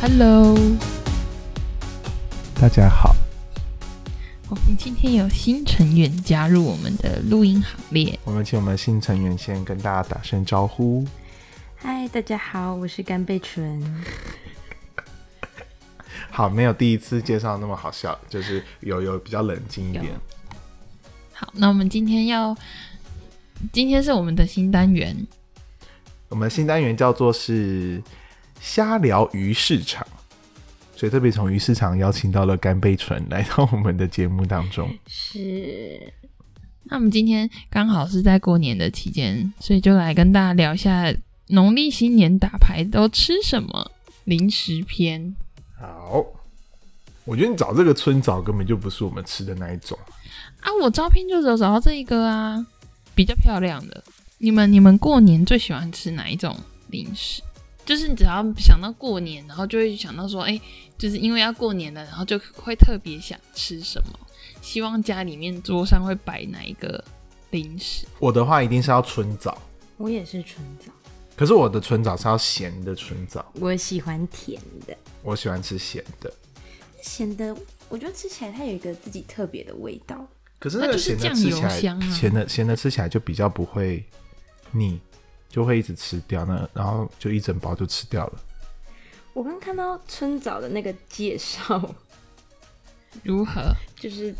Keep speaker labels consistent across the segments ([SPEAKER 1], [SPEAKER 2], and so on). [SPEAKER 1] Hello，
[SPEAKER 2] 大家好，
[SPEAKER 1] 我们哦今天有新成员加入我们的录音行列。
[SPEAKER 2] 我们请我们新成员先跟大家打声招呼。
[SPEAKER 3] 嗨，大家好，我是甘贝纯。
[SPEAKER 2] 好，没有第一次介绍那么好笑，就是有有比较冷静一点。
[SPEAKER 1] 好，那我们今天要，今天是我们的新单元，
[SPEAKER 2] 我们新单元叫做是瞎聊鱼市场，所以特别从鱼市场邀请到了干贝纯来到我们的节目当中。
[SPEAKER 3] 是，
[SPEAKER 1] 那我们今天刚好是在过年的期间，所以就来跟大家聊一下农历新年打牌都吃什么零食篇。
[SPEAKER 2] 好，我觉得你找这个春枣根本就不是我们吃的那一种。
[SPEAKER 1] 啊，我照片就只有找到这一个啊，比较漂亮的。你们你们过年最喜欢吃哪一种零食？就是你只要想到过年，然后就会想到说，哎、就是因为要过年了，然后就会特别想吃什么。希望家里面桌上会摆哪一个零食？
[SPEAKER 2] 我的话一定是要春枣，
[SPEAKER 3] 我也是纯枣，
[SPEAKER 2] 可是我的春枣是要咸的春枣，
[SPEAKER 3] 我喜欢甜的，
[SPEAKER 2] 我喜欢吃咸的。
[SPEAKER 3] 咸的，我觉得吃起来它有一个自己特别的味道。
[SPEAKER 2] 可是
[SPEAKER 1] 那
[SPEAKER 2] 那个
[SPEAKER 1] 就是
[SPEAKER 2] 咸的
[SPEAKER 1] 酱
[SPEAKER 2] 吃
[SPEAKER 1] 油
[SPEAKER 2] 起来，
[SPEAKER 1] 香啊
[SPEAKER 2] 咸的咸的吃起来就比较不会腻，就会一直吃掉呢，然后就一整包就吃掉了。
[SPEAKER 3] 我刚看到春枣的那个介绍，
[SPEAKER 1] 如何？
[SPEAKER 3] 就是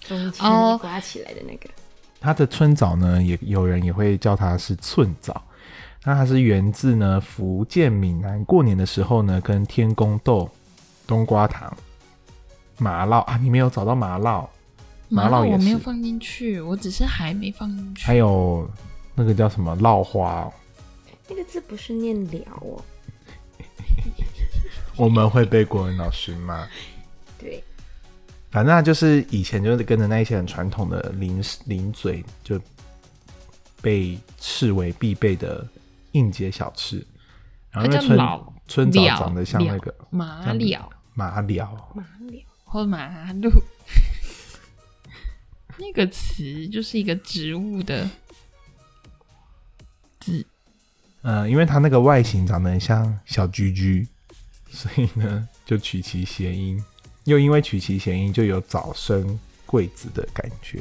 [SPEAKER 3] 中间
[SPEAKER 1] 哦
[SPEAKER 3] 刮起来的那个。
[SPEAKER 2] 它的春枣呢，也有人也会叫它是寸枣，那它是源自呢福建闽南过年的时候呢，跟天宫豆、冬瓜糖、麻烙啊，你没有找到麻烙，麻
[SPEAKER 1] 辣
[SPEAKER 2] 辣也
[SPEAKER 1] 我没有
[SPEAKER 2] 是
[SPEAKER 1] 放进去，我只是还没放进去。
[SPEAKER 2] 还有那个叫什么烙花、哦，
[SPEAKER 3] 那个字不是念“了”哦，
[SPEAKER 2] 我们会被国文老师骂。
[SPEAKER 3] 对，
[SPEAKER 2] 反正他就是以前就是跟着那一些很传统的零食零嘴，就被视为必备的应节小吃。然后
[SPEAKER 1] 它
[SPEAKER 2] 那
[SPEAKER 1] 叫
[SPEAKER 2] 春
[SPEAKER 1] 老
[SPEAKER 2] 春枣
[SPEAKER 1] 了
[SPEAKER 2] 长得像那个
[SPEAKER 1] 麻
[SPEAKER 2] 像
[SPEAKER 1] 了
[SPEAKER 2] 麻了，
[SPEAKER 3] 麻了，
[SPEAKER 1] 或马路， 那个词就是一个植物的字，
[SPEAKER 2] 呃，因为它那个外形长得很像小居居，所以呢就取其谐音，又因为取其谐音就有早生贵子的感觉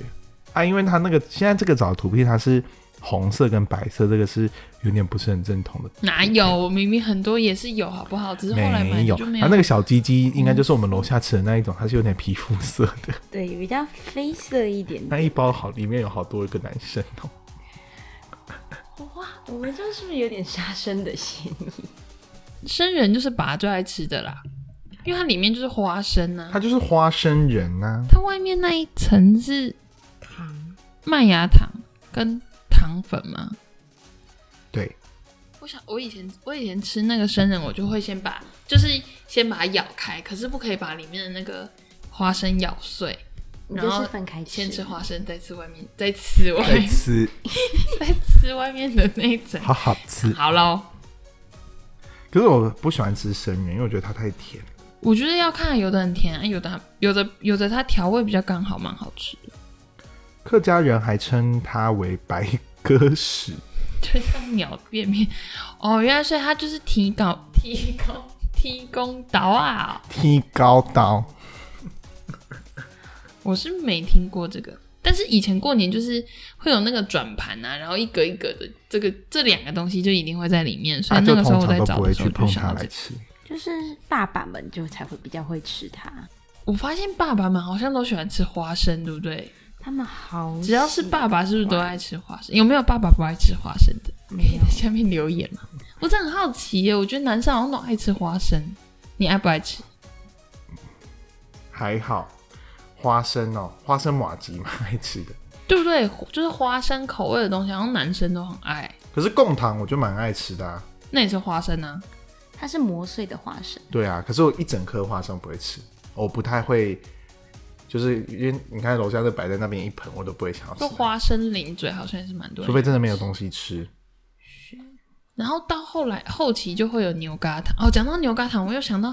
[SPEAKER 2] 啊。因为它那个现在这个枣图片它是红色跟白色，这个是有点不是很正统的
[SPEAKER 1] 哪有？我明明很多也是有，好不好？只是后来买
[SPEAKER 2] 没
[SPEAKER 1] 的
[SPEAKER 2] 有，
[SPEAKER 1] 就没
[SPEAKER 2] 它
[SPEAKER 1] 有。嗯
[SPEAKER 2] 那个小鸡鸡应该就是我们楼下吃的那一种，它是有点皮肤色的。
[SPEAKER 3] 对，比较绯色一点
[SPEAKER 2] 那
[SPEAKER 3] 点。
[SPEAKER 2] 一包好，里面有好多个男生哦。
[SPEAKER 3] 哇，我们这样是不是有点杀生的嫌 疑？
[SPEAKER 1] 生人就是拔出来吃的啦，因为它里面就是花生啊
[SPEAKER 2] 它，就是花生仁啊，
[SPEAKER 1] 它外面那一层是
[SPEAKER 3] 糖，
[SPEAKER 1] 麦芽糖跟糖粉嘛。
[SPEAKER 2] 对，
[SPEAKER 1] 我想，我以前我以前吃那个生人，我就会先把就是先把它咬开，可是不可以把里面的那个花生咬碎。
[SPEAKER 3] 你
[SPEAKER 1] 然
[SPEAKER 3] 就
[SPEAKER 1] 后
[SPEAKER 3] 是分开吃，
[SPEAKER 1] 先吃花生，再吃外面，再吃外
[SPEAKER 2] 爱吃，
[SPEAKER 1] 再吃外面的那一层。
[SPEAKER 2] 好好吃。
[SPEAKER 1] 好喽，
[SPEAKER 2] 可是我不喜欢吃生源，因为我觉得它太甜。
[SPEAKER 1] 我觉得要看有的很甜，啊有的有的有的它调味比较刚好，蛮好吃的，
[SPEAKER 2] 客家人还称它为白鸽屎，
[SPEAKER 1] 就像鸟便便。哦，原来所以它就是提高提高提供岛啊，
[SPEAKER 2] 剃高刀。
[SPEAKER 1] 我是没听过这个。但是以前过年就是会有那个转盘啊，然后一格一格的，这个这两个东西就一定会在里面，所以
[SPEAKER 2] 它
[SPEAKER 1] 那
[SPEAKER 2] 就
[SPEAKER 1] 个时候
[SPEAKER 2] 通
[SPEAKER 1] 我在
[SPEAKER 2] 常都
[SPEAKER 1] 找
[SPEAKER 2] 不
[SPEAKER 1] 的
[SPEAKER 2] 会
[SPEAKER 1] 时候
[SPEAKER 2] 去
[SPEAKER 1] 就
[SPEAKER 2] 碰
[SPEAKER 1] 想
[SPEAKER 2] 它
[SPEAKER 1] 到这
[SPEAKER 2] 来
[SPEAKER 1] 个。
[SPEAKER 2] 吃。
[SPEAKER 3] 就是爸爸们就才会比较会吃它。
[SPEAKER 1] 我发现爸爸们好像都喜欢吃花生，对不对？
[SPEAKER 3] 他们好，
[SPEAKER 1] 只要是爸爸，是不是都爱吃花生？有没有爸爸不爱吃花生的？可以在下面留言吗？我真的很好奇耶，我觉得男生好像都爱吃花生，你爱不爱吃？
[SPEAKER 2] 还好，花生哦，花生马吉蛮爱吃的。
[SPEAKER 1] 对不对？就是花生口味的东西，好像男生都很爱。
[SPEAKER 2] 可是贡糖我就蛮爱吃的啊。
[SPEAKER 1] 那也是花生啊，
[SPEAKER 3] 它是磨碎的花生，
[SPEAKER 2] 对啊，可是我一整颗花生不会吃，我不太会，就是因为你看楼下就摆在那边一盆，我都不会想要
[SPEAKER 1] 就
[SPEAKER 2] 吃，
[SPEAKER 1] 花生零嘴好像也是蛮多
[SPEAKER 2] 除非
[SPEAKER 1] 人。
[SPEAKER 2] 真的没有东西吃。
[SPEAKER 1] 然后到后来后期就会有牛轧糖哦。讲到牛轧糖，我又想到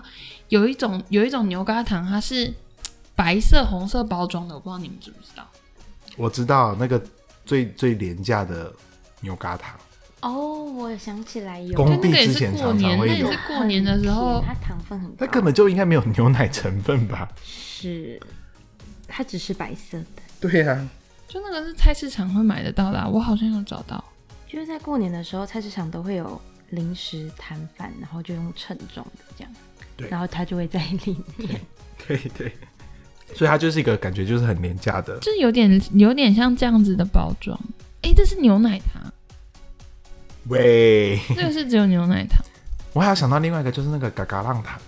[SPEAKER 1] 有一种有一种牛轧糖，它是白色红色包装的，我不知道你们知不知道。
[SPEAKER 2] 我知道那个最最廉价的牛轧糖，
[SPEAKER 3] 哦，我想起来有，
[SPEAKER 2] 公
[SPEAKER 1] 就
[SPEAKER 2] 地
[SPEAKER 1] 那个也
[SPEAKER 2] 之
[SPEAKER 1] 是
[SPEAKER 2] 前
[SPEAKER 1] 过
[SPEAKER 2] 常常
[SPEAKER 1] 年，
[SPEAKER 2] 会
[SPEAKER 1] 那也
[SPEAKER 2] 有
[SPEAKER 1] 是过年的时候
[SPEAKER 3] 很甜，它糖分很高，
[SPEAKER 2] 它根本就应该没有牛奶成分吧？
[SPEAKER 3] 是它只是白色的。
[SPEAKER 2] 对呀、
[SPEAKER 1] 就那个是菜市场会买得到的啊、我好像有找到。
[SPEAKER 3] 就是在过年的时候，菜市场都会有零食摊贩，然后就用称重的这样，
[SPEAKER 2] 对
[SPEAKER 3] 然后它就会在里面。
[SPEAKER 2] 对对，所以它就是一个感觉就是很廉价的，
[SPEAKER 1] 就是有点有点像这样子的包装。哎、这是牛奶 糖，
[SPEAKER 2] 喂。
[SPEAKER 1] 这个是只有牛奶糖。
[SPEAKER 2] 我还有想到另外一个，就是那个嘎嘎浪糖，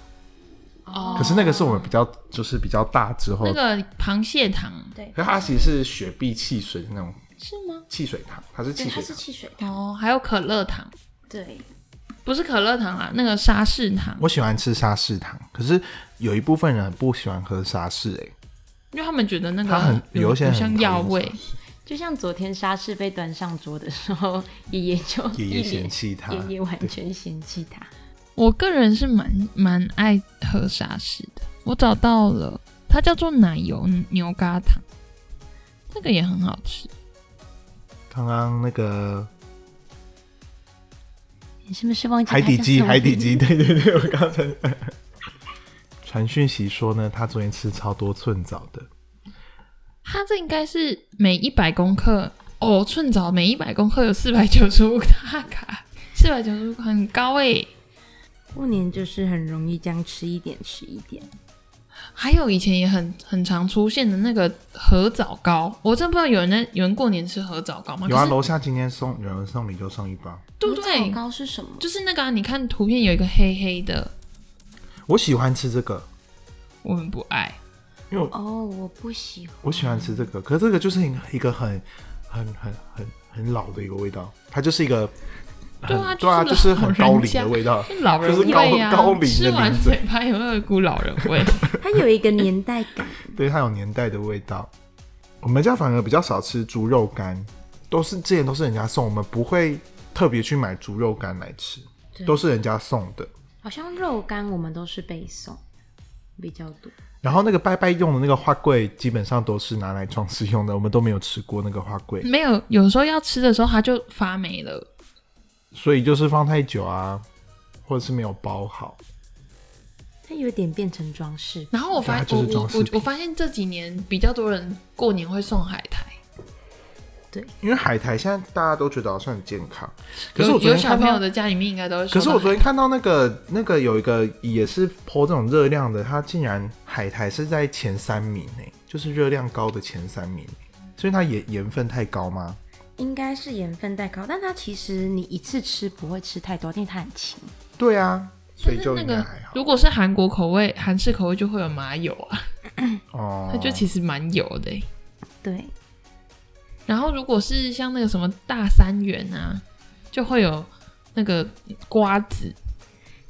[SPEAKER 1] 哦
[SPEAKER 2] 可是那个是我们比较就是比较大之后，
[SPEAKER 1] 那个螃蟹糖
[SPEAKER 3] 对，
[SPEAKER 2] 可它其实是雪碧汽水的那种
[SPEAKER 1] 是吗？
[SPEAKER 2] 汽水糖，它是
[SPEAKER 3] 对，
[SPEAKER 2] 汽
[SPEAKER 3] 它
[SPEAKER 2] 水
[SPEAKER 3] 是
[SPEAKER 2] 糖。
[SPEAKER 3] 汽水糖，
[SPEAKER 1] 哦，还有可乐糖，
[SPEAKER 3] 对，
[SPEAKER 1] 不是可乐糖啊，那个沙士糖，
[SPEAKER 2] 我喜欢吃沙士糖，可是有一部分人不喜欢喝沙士、欸，
[SPEAKER 1] 因为他们觉得那个
[SPEAKER 2] 它很
[SPEAKER 1] 有
[SPEAKER 2] 有一些很
[SPEAKER 1] 像药
[SPEAKER 2] 讨
[SPEAKER 1] 味
[SPEAKER 2] 厌。
[SPEAKER 3] 就像昨天沙士被端上桌的时候，爷爷就
[SPEAKER 2] 爷
[SPEAKER 3] 一
[SPEAKER 2] 爷
[SPEAKER 3] 脸
[SPEAKER 2] 嫌弃它，
[SPEAKER 3] 爷爷完全嫌弃它。
[SPEAKER 1] 我个人是蛮蛮爱喝沙士的，我找到了，它叫做奶油牛轧糖，这个也很好吃。
[SPEAKER 2] 刚刚那个
[SPEAKER 3] 你是不是忘记它
[SPEAKER 2] 海底
[SPEAKER 3] 叫
[SPEAKER 2] 鸡，
[SPEAKER 3] 什么
[SPEAKER 2] 海底鸡， 对对对，我刚才传讯息说呢，他昨天吃超多寸枣的，
[SPEAKER 1] 它这应该是每一百公克哦，寸枣每一百公克有四百九十五大卡，四百九十五很高诶、
[SPEAKER 3] 过年就是很容易这样吃一点吃一点，
[SPEAKER 1] 还有以前也很很常出现的那个合枣糕，我真不知道有人在有人过年吃合枣糕吗？
[SPEAKER 2] 有
[SPEAKER 1] 哦
[SPEAKER 2] 啊，
[SPEAKER 1] 可是
[SPEAKER 2] 楼下今天送有人送礼就送一包，
[SPEAKER 1] 对不
[SPEAKER 3] 枣
[SPEAKER 1] 对？
[SPEAKER 3] 糕是什么？
[SPEAKER 1] 就是那个、啊，你看图片有一个黑黑的，
[SPEAKER 2] 我喜欢吃这个，
[SPEAKER 1] 我们不爱。
[SPEAKER 2] 因为我
[SPEAKER 3] 哦，我不喜欢。
[SPEAKER 2] 我喜欢吃这个，可是这个就是一个很很很很很老的一个味道，它就是一个很
[SPEAKER 1] 对啊
[SPEAKER 2] 对啊，
[SPEAKER 1] 就
[SPEAKER 2] 就是是
[SPEAKER 1] 老
[SPEAKER 2] 很高龄
[SPEAKER 1] 人家
[SPEAKER 2] 的 味道，
[SPEAKER 1] 就老人
[SPEAKER 2] 就是高
[SPEAKER 1] 味呀、
[SPEAKER 2] 高龄的
[SPEAKER 1] 啊吃完
[SPEAKER 2] 名字
[SPEAKER 1] 嘴巴有没有一股老人 味？
[SPEAKER 3] 它有一个年代感，
[SPEAKER 2] 对，它有年代的味道。我们家反而比较少吃猪肉干，都是之前都是人家送，我们不会特别去买猪肉干来吃，
[SPEAKER 3] 对
[SPEAKER 2] 都是人家送的。
[SPEAKER 3] 好像肉干我们都是背诵比较多。
[SPEAKER 2] 然后那个拜拜用的那个花柜，基本上都是拿来装饰用的，我们都没有吃过那个花柜，
[SPEAKER 1] 没有，有时候要吃的时候它就发霉了。
[SPEAKER 2] 所以就是放太久啊，或者是没有包好。
[SPEAKER 3] 它有点变成装饰，
[SPEAKER 1] 然后我发
[SPEAKER 2] 对它就是
[SPEAKER 1] 我
[SPEAKER 2] 装
[SPEAKER 1] 我
[SPEAKER 2] 饰
[SPEAKER 1] 我
[SPEAKER 2] 品
[SPEAKER 1] 我发现这几年比较多人过年会送海苔，
[SPEAKER 2] 因为海苔现在大家都觉得好像很健康，可是
[SPEAKER 1] 有
[SPEAKER 2] 我昨
[SPEAKER 1] 有
[SPEAKER 2] 天
[SPEAKER 1] 小
[SPEAKER 2] 看
[SPEAKER 1] 朋友
[SPEAKER 2] 到，
[SPEAKER 1] 的家里面应该都会收
[SPEAKER 2] 可
[SPEAKER 1] 到海苔。
[SPEAKER 2] 是我昨天看到那个那个有一个也是泼这种热量的，它竟然海苔是在前三名呢、就是热量高的前三名，所以它盐盐分太高吗？
[SPEAKER 3] 应该是盐分太高，但它其实你一次吃不会吃太多，因为它很轻。
[SPEAKER 2] 对啊，所
[SPEAKER 1] 但
[SPEAKER 2] 以
[SPEAKER 1] 是
[SPEAKER 2] 就
[SPEAKER 1] 那
[SPEAKER 2] 应该
[SPEAKER 1] 个
[SPEAKER 2] 还好、
[SPEAKER 1] 如果是韩国口味、韩式口味就会有麻油啊，
[SPEAKER 2] 哦。
[SPEAKER 1] 它就其实蛮油的欸、
[SPEAKER 3] 对，
[SPEAKER 1] 然后如果是像那个什么大三元啊，就会有那个瓜子，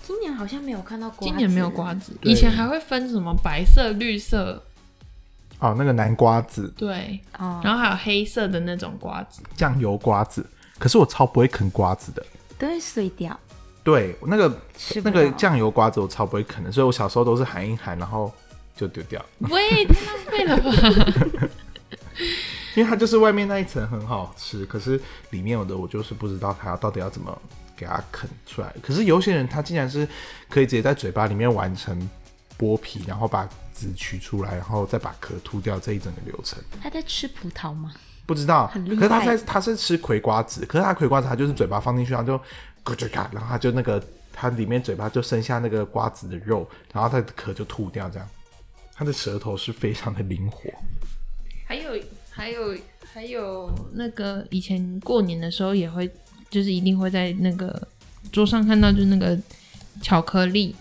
[SPEAKER 3] 今年好像没有看到瓜子，
[SPEAKER 1] 今年没有瓜子，
[SPEAKER 2] 对
[SPEAKER 1] 以前还会分什么白色、绿色，
[SPEAKER 2] 哦，那个南瓜子、
[SPEAKER 1] 对，
[SPEAKER 3] 哦。
[SPEAKER 1] 然后还有黑色的那种瓜 子，
[SPEAKER 2] 酱油瓜子，可是我超不会啃瓜子的。
[SPEAKER 3] 都会碎掉，
[SPEAKER 2] 对，那个
[SPEAKER 3] 吃不
[SPEAKER 2] 那
[SPEAKER 3] 到
[SPEAKER 2] 个酱油瓜子我超不会啃的，所以我小时候都是含一含，然后就丢掉，
[SPEAKER 1] 喂，太浪费了吧？
[SPEAKER 2] 因为它就是外面那一层很好吃，可是里面有的我就是不知道它到底要怎么给它啃出来。可是有些人他竟然是可以直接在嘴巴里面完成剥皮，然后把籽取出来，然后再把壳吐掉这一整个流程。
[SPEAKER 3] 他在吃葡萄吗？
[SPEAKER 2] 不知道，
[SPEAKER 3] 很厉
[SPEAKER 2] 可是他
[SPEAKER 3] 害
[SPEAKER 2] 在他是吃葵瓜子，可是他葵瓜子他就是嘴巴放进去，然后就咯吱嘎，然后他就那个他里面嘴巴就剩下那个瓜子的肉，然后他的壳就吐掉，这样，他的舌头是非常的灵活。
[SPEAKER 1] 还有还有还有那个以前过年的时候也会，就是一定会在那个桌上看到，就是那个巧克力。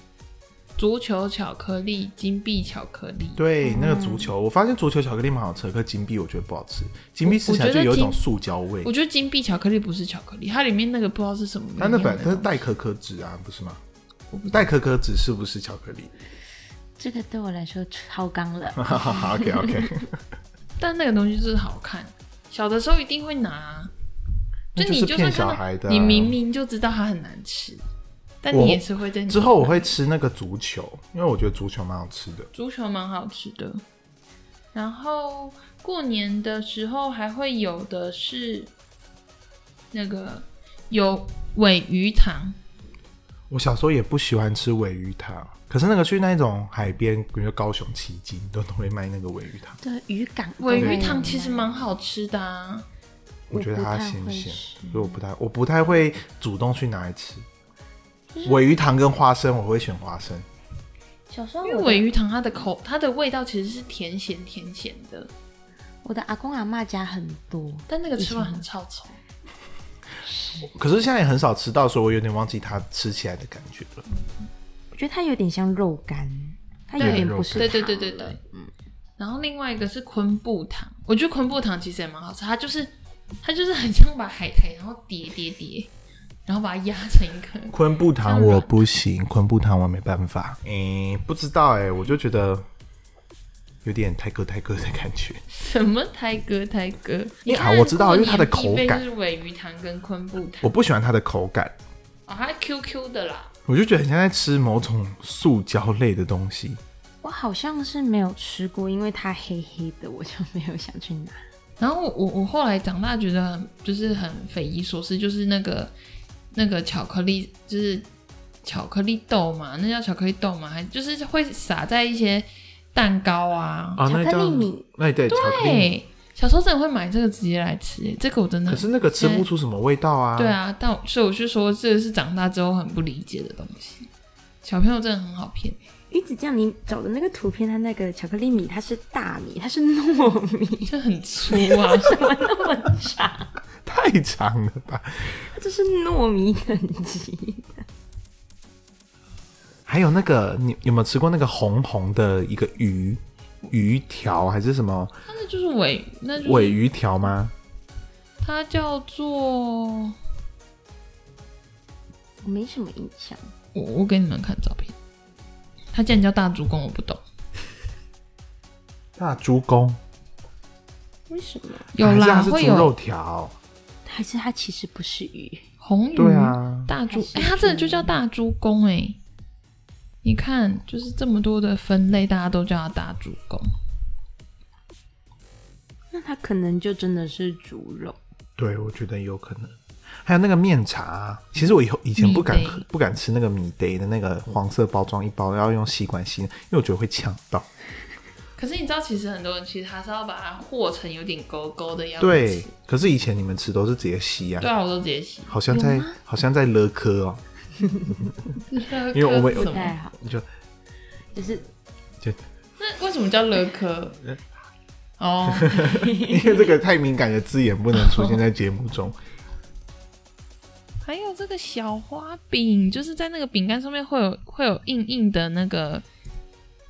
[SPEAKER 1] 足球巧克力、金币巧克力，
[SPEAKER 2] 对，那个足球，我发现足球巧克力蛮好吃的，可是金币我觉得不好吃，金币吃起来就有一种塑胶味
[SPEAKER 1] 我。觉得金币巧克力不是巧克力，它里面那个不知道是什么。
[SPEAKER 2] 它那本它
[SPEAKER 1] 它
[SPEAKER 2] 是代可可脂啊，不是吗
[SPEAKER 1] 我不？
[SPEAKER 2] 代可可脂是不是巧克力？
[SPEAKER 3] 这个对我来说超纲了。
[SPEAKER 2] 哈哈哈 OK OK，
[SPEAKER 1] 但那个东西就是好看，小的时候一定会拿。
[SPEAKER 2] 那
[SPEAKER 1] 你
[SPEAKER 2] 是
[SPEAKER 1] 就
[SPEAKER 2] 骗
[SPEAKER 1] 算看
[SPEAKER 2] 小
[SPEAKER 1] 到
[SPEAKER 2] 孩的啊、
[SPEAKER 1] 你明明就知道它很难吃，但
[SPEAKER 2] 我
[SPEAKER 1] 你也是会在
[SPEAKER 2] 之后我会吃那个足球，因为我觉得足球蛮好吃的。
[SPEAKER 1] 足球蛮好吃的。然后过年的时候还会有的是那个有尾鱼糖，
[SPEAKER 2] 我小时候也不喜欢吃尾鱼汤，可是那个去那种海边，比如说高雄旗津，都都会卖那个尾鱼汤，
[SPEAKER 3] 对，哦嗯渔港
[SPEAKER 1] 尾鱼汤其实蛮好吃的啊。
[SPEAKER 2] 我觉得它
[SPEAKER 3] 不太
[SPEAKER 2] 咸
[SPEAKER 3] 会
[SPEAKER 2] 咸，
[SPEAKER 3] 吃
[SPEAKER 2] 所以我不太我不太会主动去拿来吃。尾鱼汤跟花生，我会选花生。
[SPEAKER 3] 小时候
[SPEAKER 1] 因为
[SPEAKER 3] 我
[SPEAKER 1] 尾
[SPEAKER 3] 的
[SPEAKER 1] 鱼糖它的口它的味道其实是甜咸甜咸的，
[SPEAKER 3] 我的阿公阿嬷家很多，
[SPEAKER 1] 但那个吃法很超稠。
[SPEAKER 2] 可是现在也很少吃到，所以我有点忘记它吃起来的感觉了。
[SPEAKER 3] 我觉得它有点像肉干，它有
[SPEAKER 1] 对
[SPEAKER 3] 点不是
[SPEAKER 1] 对对
[SPEAKER 3] 糖
[SPEAKER 1] 对对对
[SPEAKER 3] 了，嗯
[SPEAKER 1] 然后另外一个是昆布糖，我觉得昆布糖其实也蛮好吃，它就是它就是很像把海苔然后叠叠叠，然后把它压成一个。
[SPEAKER 2] 昆布
[SPEAKER 1] 像
[SPEAKER 2] 糖
[SPEAKER 1] 软
[SPEAKER 2] 我不行，昆布糖我没办法。诶、不知道诶、我就觉得有点泰哥泰哥的感觉。
[SPEAKER 1] 什么胎哥胎哥？你
[SPEAKER 2] 啊
[SPEAKER 1] 看
[SPEAKER 2] 我知道因为它的
[SPEAKER 1] 过年必备
[SPEAKER 2] 口感
[SPEAKER 1] 就是尾鱼糖跟昆布糖，
[SPEAKER 2] 我不喜欢它的口感，
[SPEAKER 1] 哦，它 QQ 的啦。
[SPEAKER 2] 我就觉得很像在吃某种塑胶类的东西。
[SPEAKER 3] 我好像是没有吃过，因为它黑黑的，我就没有想去拿。
[SPEAKER 1] 然后我我我后来长大觉得很就是很匪夷所思，就是那个那个巧克力，就是巧克力豆嘛，那叫巧克力豆嘛，还就是会撒在一些蛋糕啊。
[SPEAKER 2] 啊，那
[SPEAKER 3] 巧克
[SPEAKER 2] 叫
[SPEAKER 3] 力米
[SPEAKER 2] 那对巧克力米。
[SPEAKER 1] 对，小时候真的会买这个直接来吃，欸这个我真的
[SPEAKER 2] 可是那个吃不出什么味道啊。
[SPEAKER 1] 对，啊，但我所以我就说这个是长大之后很不理解的东西。小朋友真的很好骗，
[SPEAKER 3] 鱼子酱，你找的那个图片，它那个巧克力米，它是大米，它是糯米，
[SPEAKER 1] 就很粗啊。
[SPEAKER 3] 怎么那么长？
[SPEAKER 2] 太长了吧？
[SPEAKER 3] 它就是糯米等级。
[SPEAKER 2] 还有那个，你有没有吃过那个红红的一个鱼鱼条还是什么
[SPEAKER 1] 那就是尾，那就是
[SPEAKER 2] 尾鱼条吗？
[SPEAKER 1] 它叫做我
[SPEAKER 3] 我没什么印象，
[SPEAKER 1] 我给你们看照片，它竟然叫大竹公，我不懂。
[SPEAKER 2] 大猪公
[SPEAKER 3] 为什么？
[SPEAKER 1] 有
[SPEAKER 2] 还是
[SPEAKER 1] 啦，
[SPEAKER 2] 哎它是
[SPEAKER 1] 会
[SPEAKER 2] 猪肉
[SPEAKER 1] 有
[SPEAKER 2] 条？
[SPEAKER 3] 还是它其实不是鱼？
[SPEAKER 1] 红鱼、
[SPEAKER 2] 对啊，
[SPEAKER 1] 大猪，
[SPEAKER 3] 还
[SPEAKER 1] 哎、
[SPEAKER 3] 是
[SPEAKER 1] 它真的就叫大猪公哎、你看，就是这么多的分类，大家都叫它大猪公。
[SPEAKER 3] 那它可能就真的是猪肉。
[SPEAKER 2] 对，我觉得有可能。还有那个面茶啊，其实我以后以前不敢
[SPEAKER 1] 米
[SPEAKER 2] 喝
[SPEAKER 1] 杯
[SPEAKER 2] 不敢吃那个米杯的那个黄色包装一包，要用吸管吸，因为我觉得会呛到。
[SPEAKER 1] 可是你知道，其实很多人其实还是要把它和成有点勾勾的样子。
[SPEAKER 2] 对，可是以前你们吃都是直接吸啊
[SPEAKER 1] 对，啊，我都直接 洗。
[SPEAKER 2] 好像在好像在勒科哦，
[SPEAKER 1] 因
[SPEAKER 2] 因为我们
[SPEAKER 1] 什
[SPEAKER 3] 不太
[SPEAKER 1] 么？
[SPEAKER 3] 好，
[SPEAKER 2] 你就
[SPEAKER 3] 就是
[SPEAKER 2] 就
[SPEAKER 1] 那为什么叫勒科？
[SPEAKER 2] 哎
[SPEAKER 1] 哦，
[SPEAKER 2] 因为这个太敏感的字眼不能出现在节目中。
[SPEAKER 1] 还有这个小花饼，就是在那个饼干上面会有会有硬硬的那个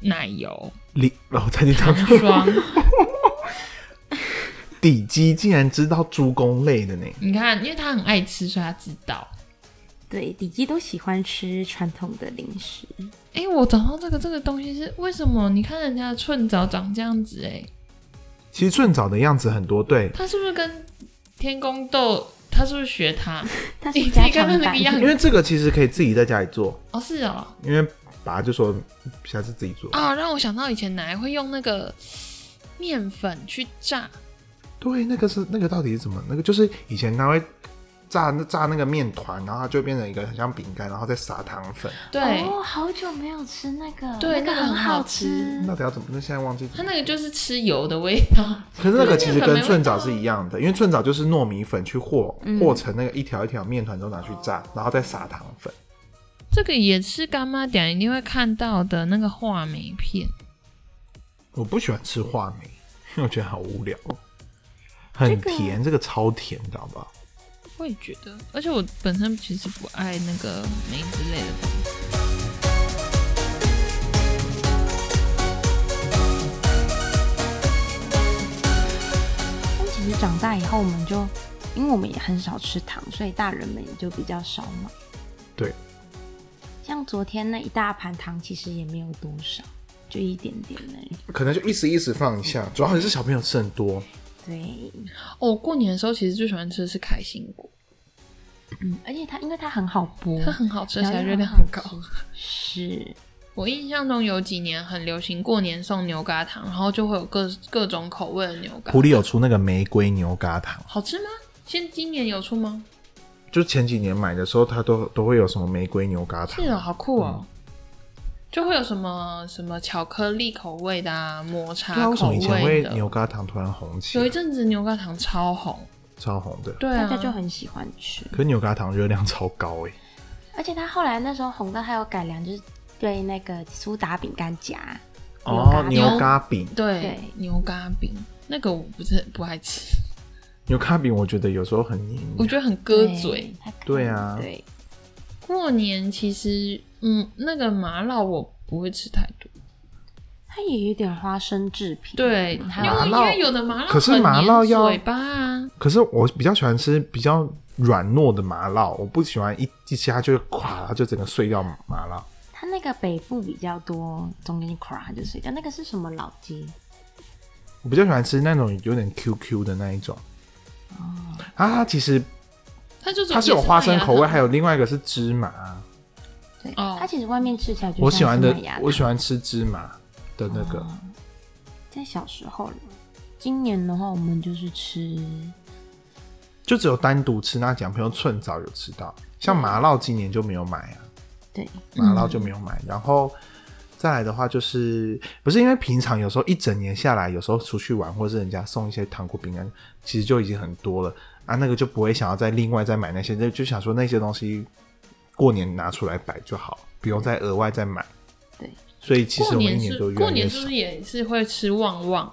[SPEAKER 1] 奶油
[SPEAKER 2] 李老太你讲，
[SPEAKER 1] 霜。
[SPEAKER 2] 底基竟然知道猪公类的呢，
[SPEAKER 1] 你看，因为他很爱吃，所以他知道。
[SPEAKER 3] 对，底基都喜欢吃传统的零食。
[SPEAKER 1] 哎、我找到这个这个东西是为什么？你看人家的寸枣长这样子、哎，
[SPEAKER 2] 其实顺枣的样子很多，对，
[SPEAKER 1] 它是不是跟天宫豆？它是不是学 它？
[SPEAKER 3] 它
[SPEAKER 1] 你
[SPEAKER 3] 是家
[SPEAKER 1] 刚
[SPEAKER 3] 常
[SPEAKER 1] 刚那
[SPEAKER 3] 版
[SPEAKER 1] 个，样
[SPEAKER 2] 因
[SPEAKER 1] 子
[SPEAKER 2] 为这个其实可以自己在家里做，
[SPEAKER 1] 哦，是哦，
[SPEAKER 2] 因为爸就说下次自己做。
[SPEAKER 1] 啊，让我想到以前奶奶会用那个面粉去炸，
[SPEAKER 2] 对，那个是那个到底是怎么？那个就是以前他会炸炸那个面团，然后它就变成一个很像饼干，然后再撒糖粉。
[SPEAKER 1] 对，
[SPEAKER 3] 哦，好久没有吃那个，
[SPEAKER 1] 对
[SPEAKER 3] 那
[SPEAKER 1] 那
[SPEAKER 3] 个
[SPEAKER 1] 个很好
[SPEAKER 3] 好
[SPEAKER 1] 吃
[SPEAKER 2] 到底要怎么？那现在忘记怎
[SPEAKER 1] 它
[SPEAKER 2] 么。
[SPEAKER 1] 那个就是吃油的味道。
[SPEAKER 2] 可是那个其实
[SPEAKER 1] 那个
[SPEAKER 2] 跟
[SPEAKER 1] 没
[SPEAKER 2] 寸枣是一样的，因为寸枣就是糯米粉去和和成那个一条一条面团之后拿去炸，然后再撒糖粉。
[SPEAKER 1] 这个也是干妈点一定会看到的那个话梅片，
[SPEAKER 2] 我不喜欢吃话梅，因为我觉得好无聊哦，很
[SPEAKER 3] 这个
[SPEAKER 2] 甜，这个超甜的，好不好？
[SPEAKER 1] 我也觉得，而且我本身其实不爱那个梅之类的东西。
[SPEAKER 3] 但其实长大以后，我们就因为我们也很少吃糖，所以大人们也就比较少买。
[SPEAKER 2] 对，
[SPEAKER 3] 像昨天那一大盘糖，其实也没有多少，就一点点而已。
[SPEAKER 2] 可能就一时一时放一下，主要还是小朋友吃很多。
[SPEAKER 3] 对，
[SPEAKER 1] 哦，我过年的时候其实最喜欢吃的是开心果，
[SPEAKER 3] 嗯，而且它因为它很好剥，
[SPEAKER 1] 它很好吃，而
[SPEAKER 3] 然
[SPEAKER 1] 且它
[SPEAKER 3] 后又
[SPEAKER 1] 热量
[SPEAKER 3] 好
[SPEAKER 1] 很高。
[SPEAKER 3] 吃。是，
[SPEAKER 1] 我印象中有几年很流行过年送牛轧糖，然后就会有各各种口味的牛轧
[SPEAKER 2] 普，里有出那个玫瑰牛轧糖，
[SPEAKER 1] 好吃吗？现今年有出吗？
[SPEAKER 2] 就前几年买的时候，它都都会有什么玫瑰牛轧糖，啊
[SPEAKER 1] 是哦，好酷哦。就会有什么什么巧克力口味的啊，抹茶
[SPEAKER 2] 对啊，为什
[SPEAKER 1] 口
[SPEAKER 2] 么以前会
[SPEAKER 1] 味的。
[SPEAKER 2] 牛轧糖突然红起
[SPEAKER 1] 有一
[SPEAKER 2] 来，
[SPEAKER 1] 阵子牛轧糖超红，
[SPEAKER 2] 超红的？
[SPEAKER 1] 对啊，
[SPEAKER 3] 大家就很喜欢吃。
[SPEAKER 2] 可是牛轧糖热量超高哎、
[SPEAKER 3] 而且它后来那时候红到还有改良，就是对那个苏打饼干夹，
[SPEAKER 2] 哦，
[SPEAKER 3] 牛
[SPEAKER 2] 牛
[SPEAKER 3] 轧
[SPEAKER 2] 轧饼，
[SPEAKER 1] 对
[SPEAKER 3] 对
[SPEAKER 1] 牛轧饼那个我不是不爱吃，
[SPEAKER 2] 牛轧饼我觉得有时候很黏。
[SPEAKER 1] 我觉得很割嘴。
[SPEAKER 3] 它可以，
[SPEAKER 2] 对啊
[SPEAKER 3] 对，
[SPEAKER 1] 过年其实嗯，那个麻辣我不会吃太多，
[SPEAKER 3] 它也有点花生制品，
[SPEAKER 1] 对，
[SPEAKER 3] 还
[SPEAKER 1] 因
[SPEAKER 3] 有
[SPEAKER 1] 为因
[SPEAKER 2] 麻辣
[SPEAKER 1] 为有的麻辣
[SPEAKER 2] 可是
[SPEAKER 1] 很
[SPEAKER 2] 麻
[SPEAKER 1] 黏
[SPEAKER 2] 辣要
[SPEAKER 1] 嘴巴啊，
[SPEAKER 2] 可是我比较喜欢吃比较软糯的麻辣，我不喜欢一一下就垮，它就整个碎掉麻辣。
[SPEAKER 3] 它那个北部比较多，中间一垮它就碎掉。那个是什么老街？
[SPEAKER 2] 我比较喜欢吃那种有点 QQ 的那一种。啊，它其实
[SPEAKER 1] 它就
[SPEAKER 2] 它是有花生口味，还
[SPEAKER 1] 有
[SPEAKER 2] 有另外一个是芝麻。
[SPEAKER 3] 对，
[SPEAKER 1] 哦
[SPEAKER 3] 它其实外面吃起来就
[SPEAKER 2] 我喜欢的
[SPEAKER 3] 像是麦芽，糖
[SPEAKER 2] 我喜欢吃芝麻的那个。
[SPEAKER 3] 在小时候了，今年的话我们就是吃，
[SPEAKER 2] 就只有单独吃那奖，朋友趁早有吃到，像
[SPEAKER 1] 嗯
[SPEAKER 2] 麻辣今年就没有买啊，
[SPEAKER 3] 对，
[SPEAKER 2] 麻辣就没有买。然后再来的话，就是不是因为平常有时候一整年下来，有时候出去玩或是人家送一些糖果饼干，其实就已经很多了啊，那个就不会想要再另外再买那些，就就想说那些东西过年拿出来摆就好，不用再额外再买。
[SPEAKER 3] 对，
[SPEAKER 2] 所以其实
[SPEAKER 1] 过
[SPEAKER 2] 我们一
[SPEAKER 1] 年
[SPEAKER 2] 年
[SPEAKER 1] 是
[SPEAKER 2] 就越
[SPEAKER 1] 过
[SPEAKER 2] 来越
[SPEAKER 1] 年
[SPEAKER 2] 少
[SPEAKER 1] 是不。是也是会吃旺旺、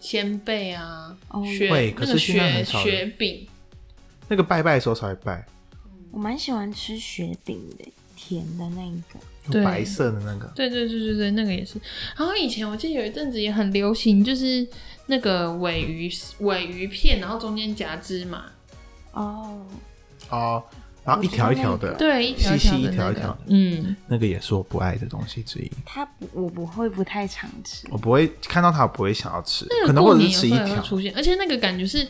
[SPEAKER 1] 鲜贝啊、
[SPEAKER 3] 哦
[SPEAKER 2] 会
[SPEAKER 1] 雪
[SPEAKER 2] 可
[SPEAKER 1] 那
[SPEAKER 2] 是
[SPEAKER 1] 个
[SPEAKER 2] 现在
[SPEAKER 1] 雪
[SPEAKER 2] 很少了
[SPEAKER 1] 雪饼？
[SPEAKER 2] 那个拜拜的时候才会拜，
[SPEAKER 3] 我蛮喜欢吃雪饼的，甜的那一个，
[SPEAKER 2] 有
[SPEAKER 1] 对
[SPEAKER 2] 白色的那个。
[SPEAKER 1] 对对对对对，那个也是。然后以前我记得有一阵子也很流行，就是那个尾鱼尾鱼片，然后中间夹芝麻，
[SPEAKER 3] 哦，
[SPEAKER 2] 哦，然后一条一条的，
[SPEAKER 1] 对，一条条
[SPEAKER 2] 细细一
[SPEAKER 1] 的那
[SPEAKER 2] 条
[SPEAKER 1] 个，
[SPEAKER 2] 一条的
[SPEAKER 1] 嗯，
[SPEAKER 2] 那个也是我不爱的东西之一。
[SPEAKER 3] 它不我不会不太常吃
[SPEAKER 2] 我，不会看到它，我不会想要吃，
[SPEAKER 1] 那
[SPEAKER 2] 可
[SPEAKER 1] 个
[SPEAKER 2] 能
[SPEAKER 1] 过
[SPEAKER 2] 或者
[SPEAKER 1] 年
[SPEAKER 2] 是
[SPEAKER 1] 也
[SPEAKER 2] 吃一
[SPEAKER 1] 会
[SPEAKER 2] 条
[SPEAKER 1] 会。出现，而且那个感觉是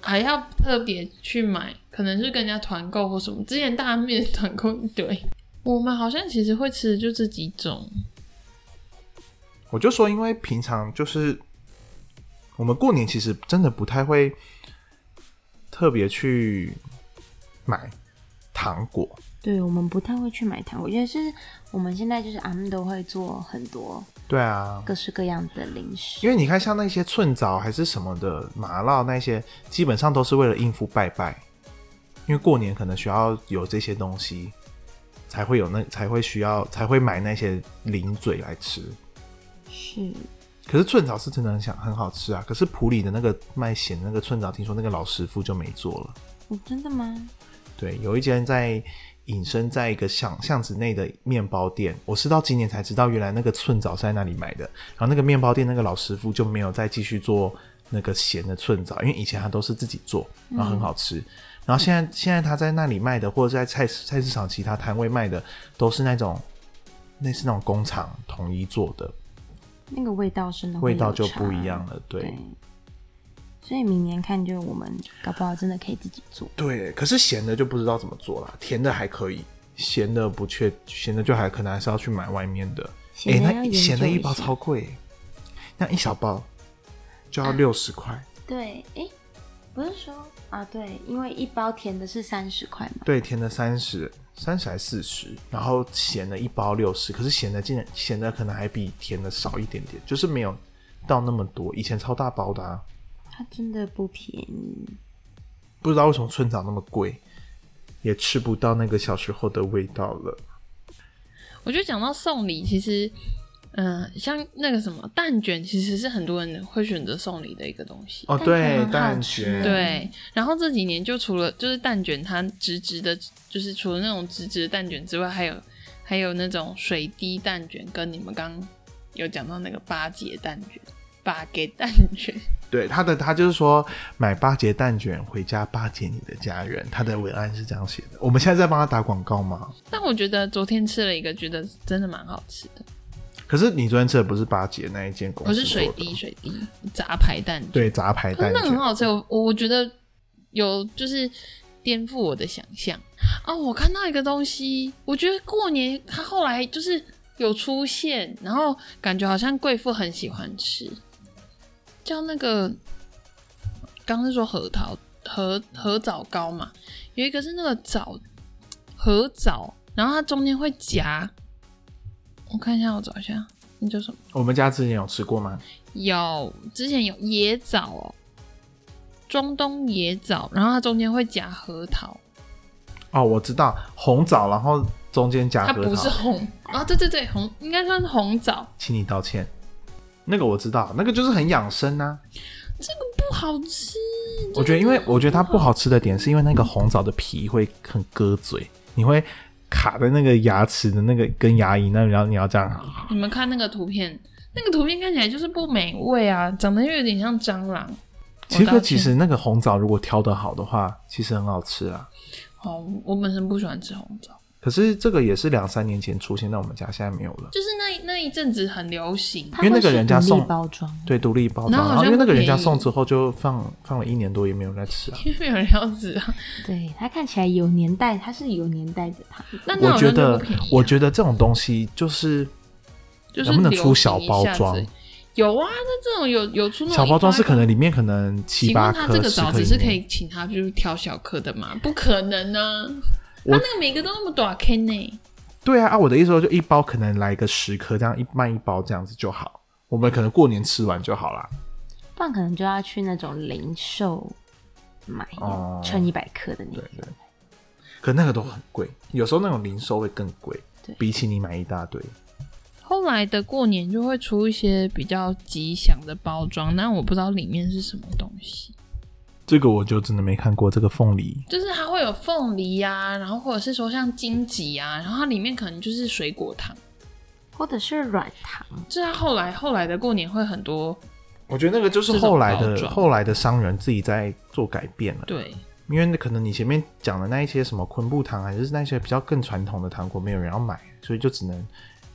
[SPEAKER 1] 还要特别去买，可能是跟人家团购或什么。之前大面团购一堆，我们好像其实会吃的就这几种，
[SPEAKER 2] 我就说，因为平常就是我们过年其实真的不太会特别去买糖果，
[SPEAKER 3] 对我们不太会去买糖果，因为是我们现在就是俺们都会做很多
[SPEAKER 2] 对啊。
[SPEAKER 3] 各式各样的零食，
[SPEAKER 2] 因为你看，像那些寸枣还是什么的麻辣那些，基本上都是为了应付拜拜，因为过年可能需要有这些东西，才会有那才会需要才会买那些零嘴来吃。
[SPEAKER 3] 是
[SPEAKER 2] 可是寸枣是真的很想很好吃啊！可是普里的那个卖咸的那个寸枣，听说那个老师傅就没做了。
[SPEAKER 3] 哦，真的吗？
[SPEAKER 2] 对，有一间在隐身在一个巷巷子内的面包店，我是到今年才知道，原来那个寸枣是在那里买的。然后那个面包店那个老师傅就没有再继续做那个咸的寸枣，因为以前他都是自己做，然后很好吃。然后现在现在他在那里卖的，或者在菜市菜市场其他摊位卖的，都是那种类似那种工厂统一做的，
[SPEAKER 3] 那个味道真的会
[SPEAKER 2] 味
[SPEAKER 3] 有
[SPEAKER 2] 道就
[SPEAKER 3] 差
[SPEAKER 2] 不一样了。对
[SPEAKER 3] 对，所以明年看，就我们搞不好真的可以自己做。
[SPEAKER 2] 对，可是咸的就不知道怎么做啦，甜的还可以，咸的不确，咸的就还可能还是要去买外面的。哎、
[SPEAKER 3] 咸的要
[SPEAKER 2] 那
[SPEAKER 3] 研
[SPEAKER 2] 一
[SPEAKER 3] 究
[SPEAKER 2] 咸的
[SPEAKER 3] 一
[SPEAKER 2] 一包
[SPEAKER 3] 下
[SPEAKER 2] 超贵耶，那一小包就要六十块。
[SPEAKER 3] 对，哎、不是说啊，对，因为一包甜的是三十块嘛，
[SPEAKER 2] 对，甜的三十，三十还四十，然后咸的一包六十，可是咸的竟然咸的可能还比甜的少一点点，就是没有到那么多。以前超大包的、啊，
[SPEAKER 3] 它真的不便宜。
[SPEAKER 2] 不知道为什么村长那么贵，也吃不到那个小时候的味道了。
[SPEAKER 1] 我觉得讲到送礼，其实，嗯、像那个什么蛋卷，其实是很多人会选择送礼的一个东西。
[SPEAKER 2] 哦，
[SPEAKER 3] 蛋
[SPEAKER 2] 对
[SPEAKER 3] 卷，很
[SPEAKER 2] 蛋
[SPEAKER 3] 好吃
[SPEAKER 2] 卷，
[SPEAKER 1] 对，然后这几年就除了就是蛋卷，它直直的，就是除了那种直直的蛋卷之外，还有还有那种水滴蛋卷，跟你们刚有讲到那个八节蛋卷、八给蛋卷，
[SPEAKER 2] 对他的，他就是说买八节蛋卷回家巴结你的家人，他的文案是这样写的。我们现在在帮他打广告吗？
[SPEAKER 1] 但我觉得昨天吃了一个，觉得真的蛮好吃的，
[SPEAKER 2] 可是你昨天吃的不是八节那一间公
[SPEAKER 1] 我
[SPEAKER 2] 司，
[SPEAKER 1] 是水滴，水滴杂牌蛋卷，
[SPEAKER 2] 对杂牌
[SPEAKER 1] 可是
[SPEAKER 2] 蛋
[SPEAKER 1] 那个
[SPEAKER 2] 卷
[SPEAKER 1] 很，好吃，我我觉得有就是颠覆我的想象哦。我看到一个东西，我觉得过年它后来就是有出现，然后感觉好像贵妇很喜欢吃，叫那个刚刚是说核桃核核枣糕嘛，有一个是那个枣核枣，然后它中间会夹，我看一下，我找一下，那叫什么？
[SPEAKER 2] 我们家之前有吃过吗？
[SPEAKER 1] 有之前有野枣哦，中东野枣，然后它中间会夹核桃，
[SPEAKER 2] 哦，我知道红枣，然后中间夹
[SPEAKER 1] 它
[SPEAKER 2] 核
[SPEAKER 1] 不是
[SPEAKER 2] 桃，嗯
[SPEAKER 1] 红啊、对对对，红应该算是红枣，
[SPEAKER 2] 请你道歉。那个我知道，那个就是很养生啊。
[SPEAKER 1] 不好吃。
[SPEAKER 2] 我觉得，因为我觉得它不好吃的点是因为那个红枣的皮会很割嘴，你会卡在那个牙齿的那个跟牙龈那里，然后你要这样。
[SPEAKER 1] 你们看那个图片，那个图片看起来就是不美味啊，长得又有点像蟑螂。
[SPEAKER 2] 其
[SPEAKER 1] 我道
[SPEAKER 2] 实
[SPEAKER 1] 歉
[SPEAKER 2] 其实那个红枣如果挑得好的话，其实很好吃啊。
[SPEAKER 1] 哦，我本身不喜欢吃红枣，
[SPEAKER 2] 可是这个也是两三年前出现在我们家，现在没有了。
[SPEAKER 1] 就是那那一阵子很流行。
[SPEAKER 3] 它
[SPEAKER 2] 因为那
[SPEAKER 3] 会
[SPEAKER 2] 个
[SPEAKER 3] 是
[SPEAKER 2] 人家
[SPEAKER 3] 独立
[SPEAKER 2] 送
[SPEAKER 3] 包装，
[SPEAKER 2] 对，独立包
[SPEAKER 1] 然
[SPEAKER 2] 装，
[SPEAKER 1] 后好
[SPEAKER 2] 然后因
[SPEAKER 1] 像
[SPEAKER 2] 为那个
[SPEAKER 1] 不
[SPEAKER 2] 人家
[SPEAKER 1] 便宜
[SPEAKER 2] 送之后就放放了一年多，也没有人在吃啊。
[SPEAKER 1] 因为没有人要吃啊，
[SPEAKER 3] 对它看起来有年代，它是有年代的糖。
[SPEAKER 1] 那那
[SPEAKER 2] 我
[SPEAKER 1] 好
[SPEAKER 2] 觉
[SPEAKER 1] 像就
[SPEAKER 2] 得
[SPEAKER 1] 不便宜啊、，
[SPEAKER 2] 我觉得这种东西就是
[SPEAKER 1] 就是
[SPEAKER 2] 能不能
[SPEAKER 1] 流行
[SPEAKER 2] 出小
[SPEAKER 1] 一
[SPEAKER 2] 包
[SPEAKER 1] 下子
[SPEAKER 2] 装？
[SPEAKER 1] 有啊，那这种有有出那种
[SPEAKER 2] 小包装是可
[SPEAKER 1] 一
[SPEAKER 2] 能里面可能七
[SPEAKER 1] 包一包。
[SPEAKER 2] 八
[SPEAKER 1] 请问他这
[SPEAKER 2] 颗、
[SPEAKER 1] 个
[SPEAKER 2] 十
[SPEAKER 1] 枣
[SPEAKER 2] 颗
[SPEAKER 1] 子是可
[SPEAKER 2] 以内。
[SPEAKER 1] 以请他就是挑小颗的吗？不可能呢、
[SPEAKER 2] 我
[SPEAKER 1] 他那个每个都那么短 K 呢，
[SPEAKER 2] 对啊，啊，我的意思说就一包可能来个十颗，这样一卖一包这样子就好。我们可能过年吃完就好啦。
[SPEAKER 3] 不然可能就要去那种零售买
[SPEAKER 2] 哦
[SPEAKER 3] 称一百克的那
[SPEAKER 2] 对
[SPEAKER 3] 种。
[SPEAKER 2] 可那个都很贵，有时候那种零售会更贵
[SPEAKER 3] 对，
[SPEAKER 2] 比起你买一大堆。
[SPEAKER 1] 后来的过年就会出一些比较吉祥的包装，但我不知道里面是什么东西。
[SPEAKER 2] 这个我就真的没看过这个凤梨，
[SPEAKER 1] 就是它会有凤梨呀、然后或者是说像荆棘啊，然后它里面可能就是水果糖。
[SPEAKER 3] 或者是软糖，
[SPEAKER 1] 就是它后来后来的过年会很多
[SPEAKER 2] 我觉得那个就是
[SPEAKER 1] 这种
[SPEAKER 2] 后来
[SPEAKER 1] 包
[SPEAKER 2] 的
[SPEAKER 1] 装
[SPEAKER 2] 后来的商人自己在做改变了。
[SPEAKER 1] 对，
[SPEAKER 2] 因为可能你前面讲的那一些什么昆布糖，还是那些比较更传统的糖果，没有人要买，所以就只能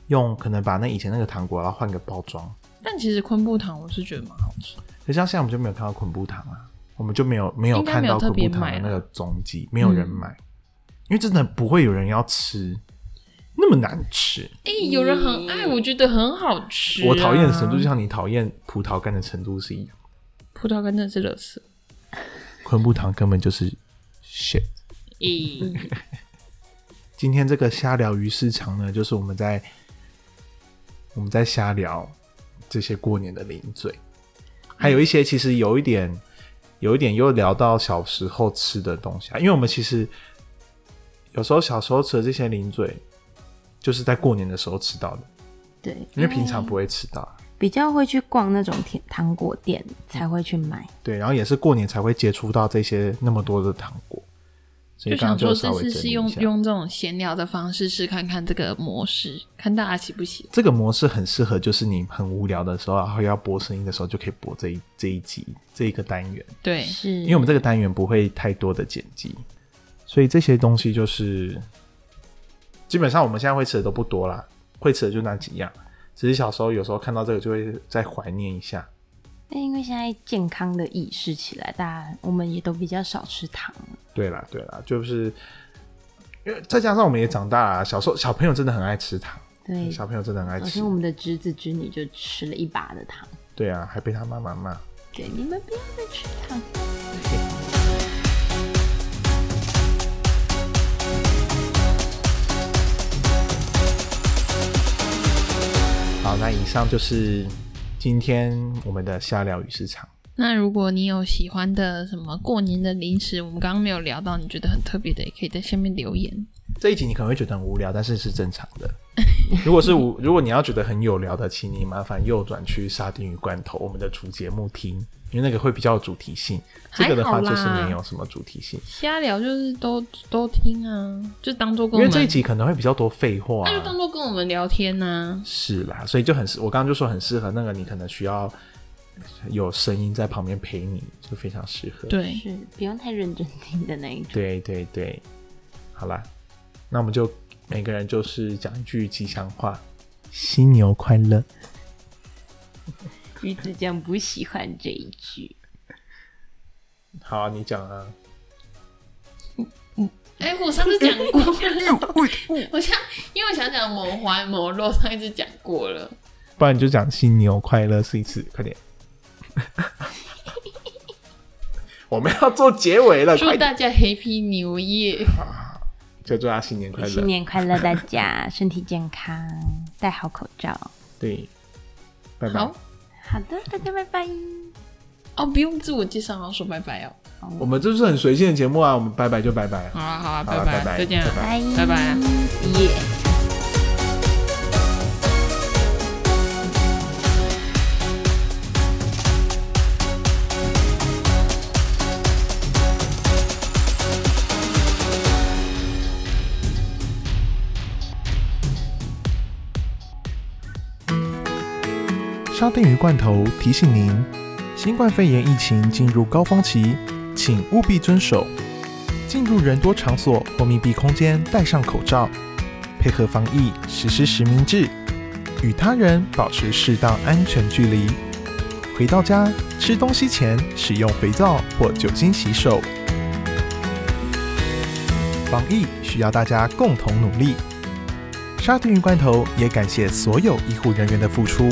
[SPEAKER 2] 用可能把那以前那个糖果，然后换个包装。
[SPEAKER 1] 但其实昆布糖我是觉得蛮好吃的，
[SPEAKER 2] 可像现在我们就没有看到昆布糖啊，我们就没有没有
[SPEAKER 1] 应该
[SPEAKER 2] 看
[SPEAKER 1] 没有
[SPEAKER 2] 到昆
[SPEAKER 1] 特别
[SPEAKER 2] 布糖
[SPEAKER 1] 买
[SPEAKER 2] 的
[SPEAKER 1] 啊
[SPEAKER 2] 那个踪迹，没有人买，因为真的不会有人要吃，那么难吃。
[SPEAKER 1] 哎、有人很爱，我觉得很好吃啊、
[SPEAKER 2] 我讨厌的程度就像你讨厌葡萄干的程度是一样，
[SPEAKER 1] 葡萄干真的是乐色。
[SPEAKER 2] 昆布糖根本就是 shit。
[SPEAKER 1] 咦、
[SPEAKER 2] 今天这个瞎聊鱼市场呢，就是我们在我们在瞎聊这些过年的零嘴，还有一些其实有一点有一点又聊到小时候吃的东西啊，因为我们其实有时候小时候吃的这些零嘴，就是在过年的时候吃到的，
[SPEAKER 3] 对，
[SPEAKER 2] 因为平常不会吃到啊。
[SPEAKER 3] 比较会去逛那种甜糖果店才会去买。
[SPEAKER 2] 对，然后也是过年才会接触到这些那么多的糖果，所以
[SPEAKER 1] 就
[SPEAKER 2] 刚刚
[SPEAKER 1] 想说
[SPEAKER 2] 稍
[SPEAKER 1] 这
[SPEAKER 2] 微
[SPEAKER 1] 次
[SPEAKER 2] 整理
[SPEAKER 1] 是
[SPEAKER 2] 一
[SPEAKER 1] 用
[SPEAKER 2] 下
[SPEAKER 1] 用这种闲聊的方式试看看这个模式，看大家喜不喜欢。
[SPEAKER 2] 这个模式很适合，就是你很无聊的时候，然后要播声音的时候，就可以播这一这一集这一个单元，
[SPEAKER 1] 对，
[SPEAKER 3] 是，
[SPEAKER 2] 嗯因为我们这个单元不会太多的剪辑，所以这些东西就是基本上我们现在会吃的都不多啦，会吃的就那几样。只是小时候有时候看到这个就会再怀念一下，
[SPEAKER 3] 但因为现在健康的意识起来，大家我们也都比较少吃糖了。
[SPEAKER 2] 对啦对啦，就是因为再加上我们也长大啊啦，小时候小朋友真的很爱吃糖，
[SPEAKER 3] 对，
[SPEAKER 2] 小朋友真的很爱
[SPEAKER 3] 昨
[SPEAKER 2] 吃
[SPEAKER 3] 天我，们的侄子侄女就吃了一把的糖。
[SPEAKER 2] 对啊，还被他妈妈骂。
[SPEAKER 3] 对，你们不要再吃 糖。
[SPEAKER 2] 好，那以上就是今天我们的瞎聊与市场。
[SPEAKER 1] 那如果你有喜欢的什么过年的零食，我们刚刚没有聊到，你觉得很特别的，也可以在下面留言。
[SPEAKER 2] 这一集你可能会觉得很无聊，但是是正常的。 如果是无，如果你要觉得很有聊的，请你麻烦右转去沙丁鱼罐头我们的主节目听，因为那个会比较有主题性。这个的话
[SPEAKER 1] 还好
[SPEAKER 2] 就
[SPEAKER 1] 啦
[SPEAKER 2] 是没有什么主题性，
[SPEAKER 1] 瞎聊就是都都听啊，就当做
[SPEAKER 2] 因
[SPEAKER 1] 跟我
[SPEAKER 2] 为
[SPEAKER 1] 们，
[SPEAKER 2] 这一集可能会比较多废话、
[SPEAKER 1] 那就当
[SPEAKER 2] 啊。
[SPEAKER 1] 做跟我们聊天呐、
[SPEAKER 2] 是啦，所以就很适，我刚刚就说很适合那个，你可能需要有声音在旁边陪你，就非常适合。
[SPEAKER 1] 对，
[SPEAKER 3] 是不用太认真听的那一种。
[SPEAKER 2] 对对对，好啦，那我们就每个人就是讲一句吉祥话，新牛快乐。
[SPEAKER 3] 鱼子酱不喜欢这一句，
[SPEAKER 2] 好啊、你讲啊。
[SPEAKER 1] 哎、我上次讲 过， 我想，因为我想讲某怀某肉，上一次讲过了。
[SPEAKER 2] 不然你就讲新牛快乐试一次，快点。 我们要做结尾了，
[SPEAKER 1] 祝
[SPEAKER 2] 快点！
[SPEAKER 1] 大家 Happy New Year！
[SPEAKER 2] 就祝他新年快
[SPEAKER 3] 新
[SPEAKER 2] 乐。
[SPEAKER 3] 年快乐，大家身体健康，戴好口罩。
[SPEAKER 2] 对，拜拜
[SPEAKER 1] 好。
[SPEAKER 3] 好的，大家拜拜。
[SPEAKER 1] 哦，不用自我介绍，然后说拜拜哦。
[SPEAKER 2] 我们这是很随性的节目啊，我们拜拜就拜拜啊。
[SPEAKER 1] 好啊，好啊，
[SPEAKER 2] 好啊
[SPEAKER 1] 拜
[SPEAKER 2] 拜拜
[SPEAKER 1] 再见啊。
[SPEAKER 2] 拜
[SPEAKER 1] 拜
[SPEAKER 3] 拜
[SPEAKER 1] 拜
[SPEAKER 3] 耶。
[SPEAKER 2] 沙丁鱼罐头提醒您：新冠肺炎疫情进入高峰期，请务必遵守。进入人多场所或密闭空间，戴上口罩，配合防疫，实施实名制，与他人保持适当安全距离。回到家吃东西前，使用肥皂或酒精洗手。防疫需要大家共同努力。沙丁鱼罐头也感谢所有医护人员的付出。